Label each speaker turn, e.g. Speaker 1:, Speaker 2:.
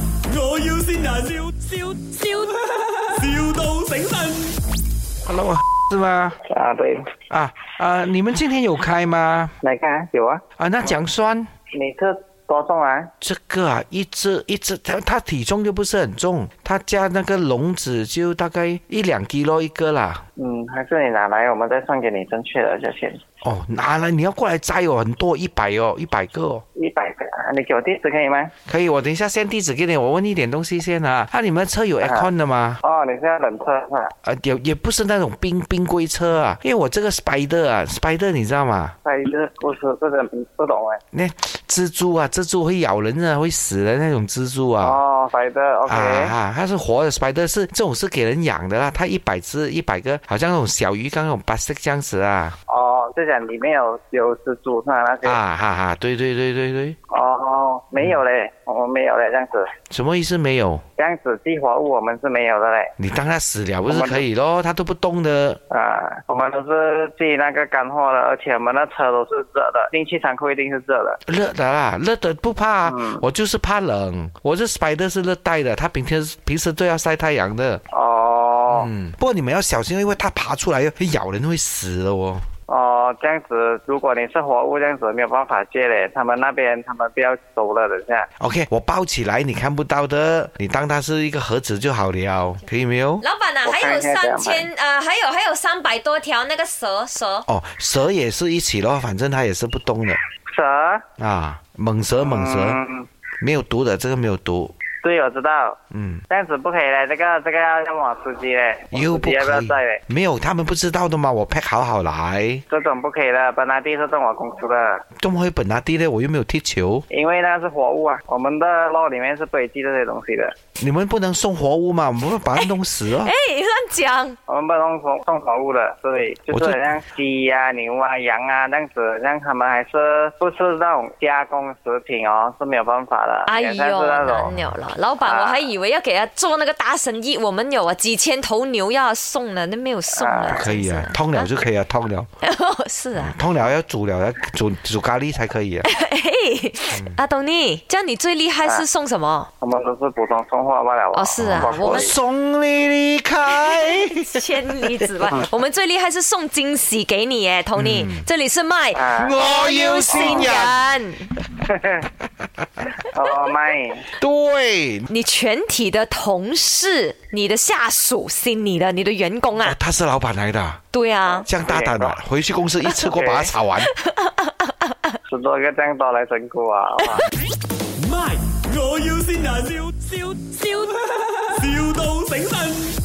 Speaker 1: 要先人，笑笑笑，,笑到醒神。
Speaker 2: Hello，是吗？
Speaker 3: 啊，对，
Speaker 2: 啊啊，你们今天有开吗？
Speaker 3: 来看啊有啊，
Speaker 2: 啊，那蒋酸
Speaker 3: 每次多重啊？
Speaker 2: 这个啊，一只一只，他他体重又不是很重，他加那个笼子就大概一两 k 咯一个啦。
Speaker 3: 嗯，还是你拿来，我们再算给你正确的价钱，
Speaker 2: 哦，拿来你要过来摘哦，很多一百哦，一百个哦，
Speaker 3: 一百个啊。你给我地址可以吗？
Speaker 2: 可以，我等一下先地址给你，我问一点东西先啊。那、你们车有 aircon 的吗？
Speaker 3: 哦，你是要冷车是吧？
Speaker 2: 啊，也也不是那种冰冰柜车啊，因为我这个 spider 啊，spider 你知道吗？
Speaker 3: 在这不是这个不懂哎。
Speaker 2: 那蜘蛛啊，蜘蛛会咬人的，会死的那种蜘蛛啊。
Speaker 3: 哦，白的，OK，
Speaker 2: 啊啊！它是活的，spider 是这种是给人养的啦，它一百只一百个，好像那种小鱼缸那种 plastic 这样子啊。
Speaker 3: 哦，就讲里面有有蜘蛛是吧？那些
Speaker 2: 啊哈哈，对对对对对，
Speaker 3: 哦，没有嘞，我们没有嘞，这样子，
Speaker 2: 什么意思没有？
Speaker 3: 这样子激活物我们是没有的嘞。
Speaker 2: 你当它死了不是
Speaker 3: 我们
Speaker 2: 可以咯？它都不动的。
Speaker 3: 啊，我们都是寄那个干货的，而且我们的车都是热的，进去仓库一定是热的。
Speaker 2: 热的啦，热的不怕啊，
Speaker 3: 嗯
Speaker 2: 我就是怕冷。我这 spider 是热带的，它平天平时都要晒太阳的。
Speaker 3: 哦、
Speaker 2: 嗯，不过你们要小心，因为它爬出来会咬人，会死的哦。
Speaker 3: 哦，这样子，如果你是活物，这样子没有办法借嘞，他们那边他们不要收了，等下。
Speaker 2: OK，我包起来你看不到的，你当它是一个盒子就好了，可以没有？
Speaker 4: 老板啊，
Speaker 3: 我
Speaker 4: 还有
Speaker 3: 看一下
Speaker 4: 三
Speaker 3: 这样
Speaker 4: 千呃，还有还有三百多条那个蛇蛇，
Speaker 2: 哦，蛇也是一起咯，反正它也是不动的
Speaker 3: 蛇，
Speaker 2: 啊。猛蛇，猛蛇，
Speaker 3: 嗯，
Speaker 2: 没有毒的，这个没有毒。
Speaker 3: 对，我知道，
Speaker 2: 嗯，
Speaker 3: 这样子不可以嘞，这个这个要让我司机嘞，我
Speaker 2: 又
Speaker 3: 司
Speaker 2: 不
Speaker 3: 机要哦不
Speaker 2: 可
Speaker 3: 要
Speaker 2: 以
Speaker 3: 载嘞？，
Speaker 2: 没有，他们不知道的嘛。我 pack 好好来，
Speaker 3: 这种不可以的，本来地是中我公司的，
Speaker 2: 这么会本拿地呢？啊我又没有踢球，
Speaker 3: 因为那是活物啊，我们的肉里面是不可以寄这些东西的，
Speaker 2: 你们不能送活物嘛？我们会把它弄死 哦。
Speaker 4: 哎，乱讲。
Speaker 3: 我们不能送送活物的，对，就
Speaker 2: 我
Speaker 3: 是
Speaker 2: 就
Speaker 3: 很像鸡呀、牛啊、羊啊这样子，让他们还是不是那种加工食品哦，是没有办法的，
Speaker 4: 哎
Speaker 3: 也
Speaker 4: 呦，
Speaker 3: 算是那
Speaker 4: 难
Speaker 3: 种。
Speaker 4: 了了！老板，
Speaker 3: 啊
Speaker 4: 我还以为要给他做那个大生意，我们有啊几千头牛要送了，那没有送了
Speaker 3: 啊。
Speaker 2: 可以啊，通了
Speaker 4: 了
Speaker 2: 就可以啊，通了，
Speaker 4: 是 啊，
Speaker 2: 通了要煮了，要煮煮咖喱才可以啊。
Speaker 4: 嘿，
Speaker 2: 嗯
Speaker 4: 阿东尼，这样你最厉害是送什
Speaker 2: 啊
Speaker 4: 么？
Speaker 3: 我们都是普通送货罢了。
Speaker 4: 哦是啊
Speaker 3: 包括
Speaker 4: 我们
Speaker 2: 送你离开。
Speaker 4: 千里 之外，我们最厉害是送惊喜给你耶，Tony，这
Speaker 2: 嗯
Speaker 4: 里是麦，
Speaker 2: 哎
Speaker 3: 啊，
Speaker 2: 我要新人，
Speaker 4: 人，
Speaker 3: 哦麦，
Speaker 2: 对，
Speaker 4: 你全体的同事、你的下属、新你的、你的员工
Speaker 2: 哦
Speaker 4: 啊，
Speaker 2: 他是老板来的啊，
Speaker 4: 对啊，
Speaker 2: 这样大胆啊！回去公司一次过把它炒完。
Speaker 3: 十多个这样多来整蛊啊！哇
Speaker 1: My，我要先人，笑笑笑，,笑到醒神。